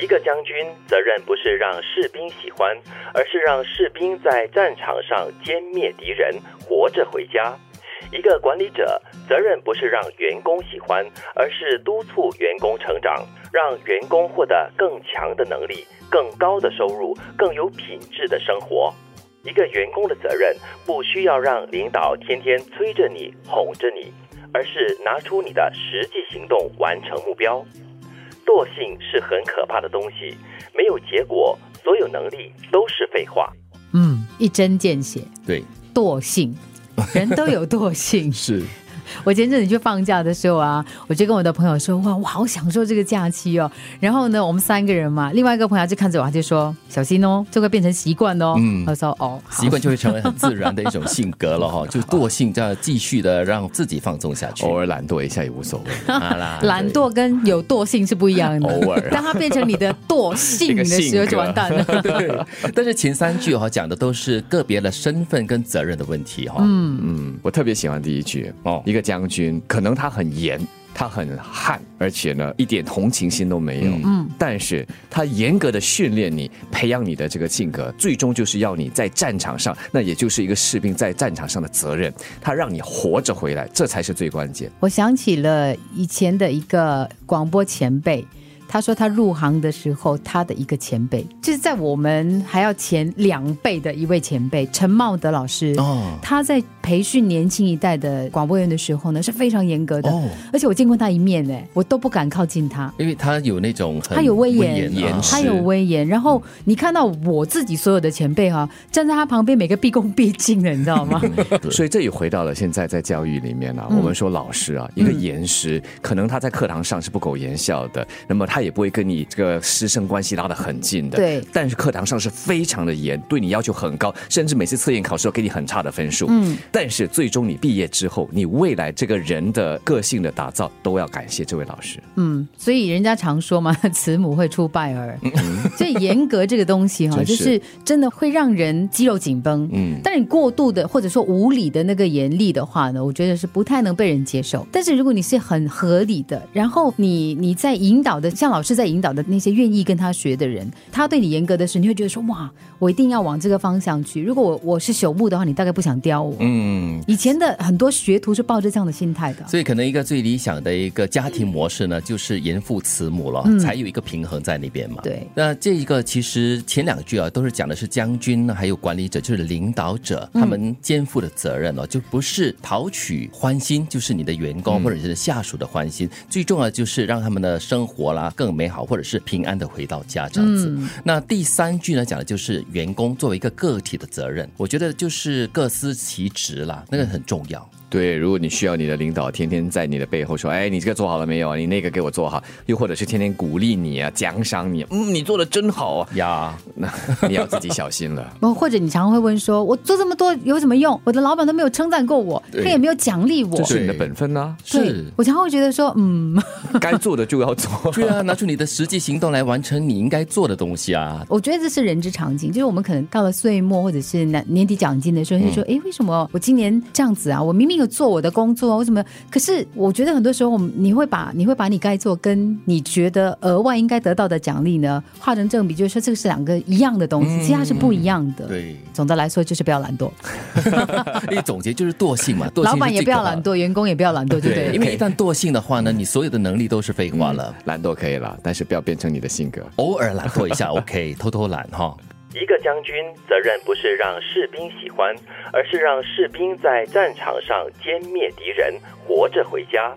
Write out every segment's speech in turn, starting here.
一个将军责任不是让士兵喜欢，而是让士兵在战场上歼灭敌人，活着回家。一个管理者责任不是让员工喜欢，而是督促员工成长，让员工获得更强的能力、更高的收入、更有品质的生活。一个员工的责任不需要让领导天天催着你、哄着你，而是拿出你的实际行动完成目标。惰性是很可怕的东西，没有结果，所有能力都是废话。嗯，一针见血，对，。惰性，人都有惰性是，我前阵子去放假的时候啊，我就跟我的朋友说，哇，我好享受这个假期哦。然后呢，我们三个人嘛，另外一个朋友就看着我，他就说，小心哦，这会变成习惯哦。嗯我说哦，好习 惯就会成为很自然的一种性格了哈，就惰性这样继续的让自己放纵下去。偶尔懒惰一下也无所 谓。啊啦 懒惰跟有惰性是不一 样的。偶啊尔当它变成你的惰性的时候，就完蛋了。对 但是前三句哈讲的都是个别的身份跟责任的问题哈。嗯，我特别喜欢第一句哦哦，一个将军可能他很严，他很悍，而且呢一点同情心都没有。嗯，但是他严格的训练你，培养你的这个性格，最终就是要你在战场上，那也就是一个士兵在战场上的责任，他让你活着回来，这才是最关键。我想起了以前的一个广播前辈，他说他入行的时候，他的一个前辈，就是在我们还要前两辈的一位前辈陈茂德老师。哦他在培训年轻一代的广播员的时候呢，是非常严格的，哦而且我见过他一面呢，我都不敢靠近他。因为他有那种很他有威严，严嗯啊他有威严。然后你看到我自己所有的前辈哈、站在他旁边，每个毕恭毕敬的，你知道 吗？所以这也回到了现在在教育里面啊，我们说老师啊，一个严师，可能他在课堂上是不苟言笑的，那么他也不会跟你这个师生关系拉得很近的。对但是课堂上是非常的严，对你要求很高，甚至每次测验考试都给你很差的分数。嗯，但是最终你毕业之后，你未来这个人的个性的打造，都要感谢这位老师。嗯，所以人家常说嘛， 慈母会出败儿。所以严格这个东西哈、真就是是真的会让人肌肉紧绷。嗯，但是你过度的或者说无理的那个严厉的话呢，我觉得是不太能被人接受。但是如果你是很合理的，然后你你在引导的，像老师在引导的那些愿意跟他学的人，他对你严格的时候，你会觉得说哇，我一定要往这个方向去。如果我我是朽木的话，你大概不想雕我。嗯。以前的很多学徒是抱着这样的心态的。所以，可能一个最理想的一个家庭模式呢，就是严父慈母嗯了，才有一个平衡在那边嘛。对那这一个其实前两句啊，都是讲的是将军呢，还有管理者，就是领导者，他们肩负的责任哦，就不是讨取欢心，就是你的员工或者是下属的欢心，最重要就是让他们的生活啦更美好，或者是平安的回到家这样子。嗯那第三句呢，讲的就是员工作为一个个体的责任，我觉得就是各司其职啦，那个很重要。对，如果你需要你的领导天天在你的背后说，哎，你这个做好了没有啊？你那个给我做好，又或者是天天鼓励你啊，奖赏你，嗯，你做的真好啊，呀，那你要自己小心了。哦，或者你常会问说，我做这么多有什么用？我的老板都没有称赞过我，他也没有奖励我这。是对你的本分啊，对，我常会觉得说，嗯， 该做的就要做。 对啊，拿出你的实际行动来完成你应该做的东西啊。我觉得这是人之常情，就是我们可能到了岁末或者是年年底奖金的时候，就说，哎、为什么我今年这样子啊？我明明有做我的工作啊，为什么？可是我觉得很多时候，我们你会把你会把你该做跟你觉得额外应该得到的奖励呢，画成正比，就是说这个是两个一样的东西，其实它是不一样的。。对，总的来说就是不要懒惰，一总结就是惰性嘛，惰性老板也不要懒惰。惰，员工也不要懒惰，对不 对，对因了？为一旦惰性的话呢，你所有的能力都是废话嗯了。懒惰可以了，但是不要变成你的性格。偶尔懒惰一下，OK，偷偷懒哈。一个将军责任不是让士兵喜欢，而是让士兵在战场上歼灭敌人，活着回家。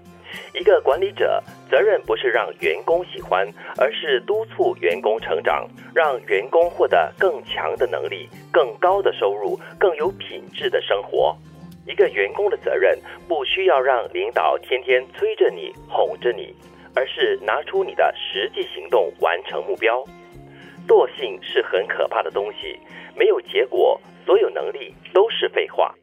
一个管理者责任不是让员工喜欢，而是督促员工成长，让员工获得更强的能力、更高的收入、更有品质的生活。一个员工的责任不需要让领导天天催着你、哄着你，而是拿出你的实际行动完成目标。惰性是很可怕的东西，没有结果，所有能力都是废话。